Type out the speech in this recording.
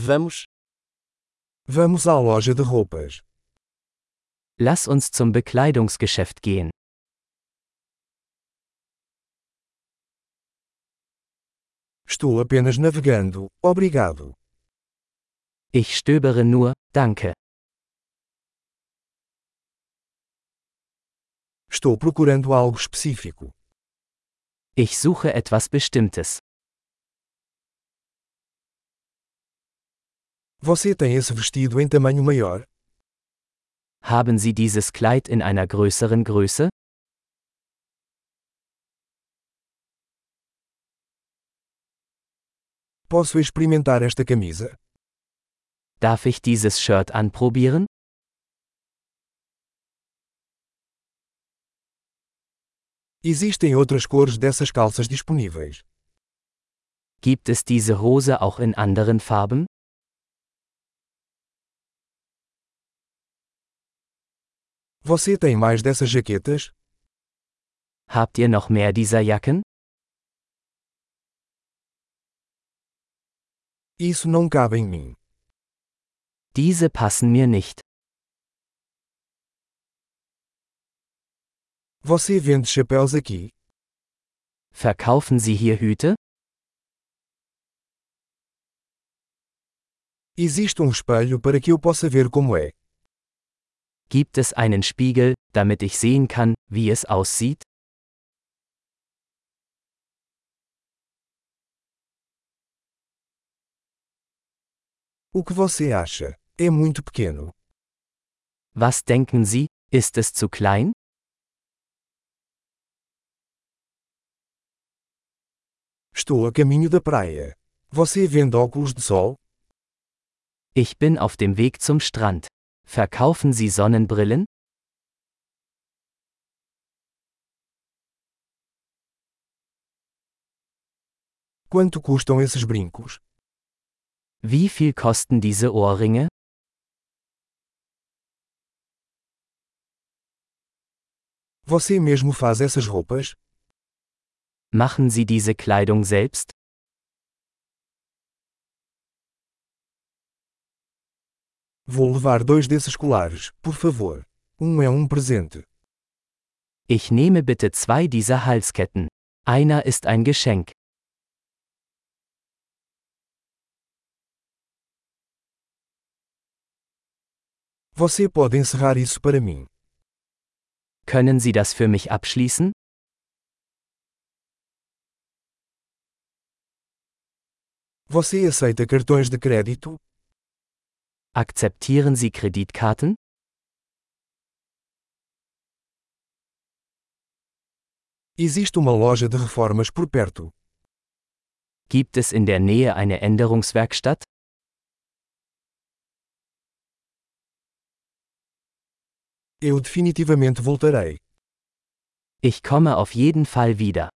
Vamos. Vamos à loja de roupas. Lass uns zum Bekleidungsgeschäft gehen. Estou apenas navegando, obrigado. Ich stöbere nur, danke. Estou procurando algo específico. Ich suche etwas Bestimmtes. Você tem esse vestido em tamanho maior? Haben Sie dieses Kleid in einer größeren Größe? Posso experimentar esta camisa? Darf ich dieses Shirt anprobieren? Existem outras cores dessas calças disponíveis. Gibt es diese Hose auch in anderen Farben? Você tem mais dessas jaquetas? Habt ihr noch mehr dieser Jacken? Isso não cabe em mim. Diese passen mir nicht. Você vende chapéus aqui? Verkaufen Sie hier Hüte? Existe um espelho para que eu possa ver como é. Gibt es einen Spiegel, damit ich sehen kann, wie es aussieht? O que você acha? É muito pequeno. Was denken Sie, ist es zu klein? Estou a caminho da praia. Você vende óculos de sol? Ich bin auf dem Weg zum Strand. Verkaufen Sie Sonnenbrillen? Quanto custam esses brincos? Wie viel kosten diese Ohrringe? Você mesmo faz essas roupas? Machen Sie diese Kleidung selbst? Vou levar dois desses colares, por favor. Um é um presente. Ich nehme bitte zwei dieser Halsketten. Einer ist ein Geschenk. Você pode encerrar isso para mim. Können Sie das für mich abschließen? Você aceita cartões de crédito? Akzeptieren Sie Kreditkarten? Existe uma loja de reformas por perto. Gibt es in der Nähe eine Änderungswerkstatt? Eu definitivamente voltarei. Ich komme auf jeden Fall wieder.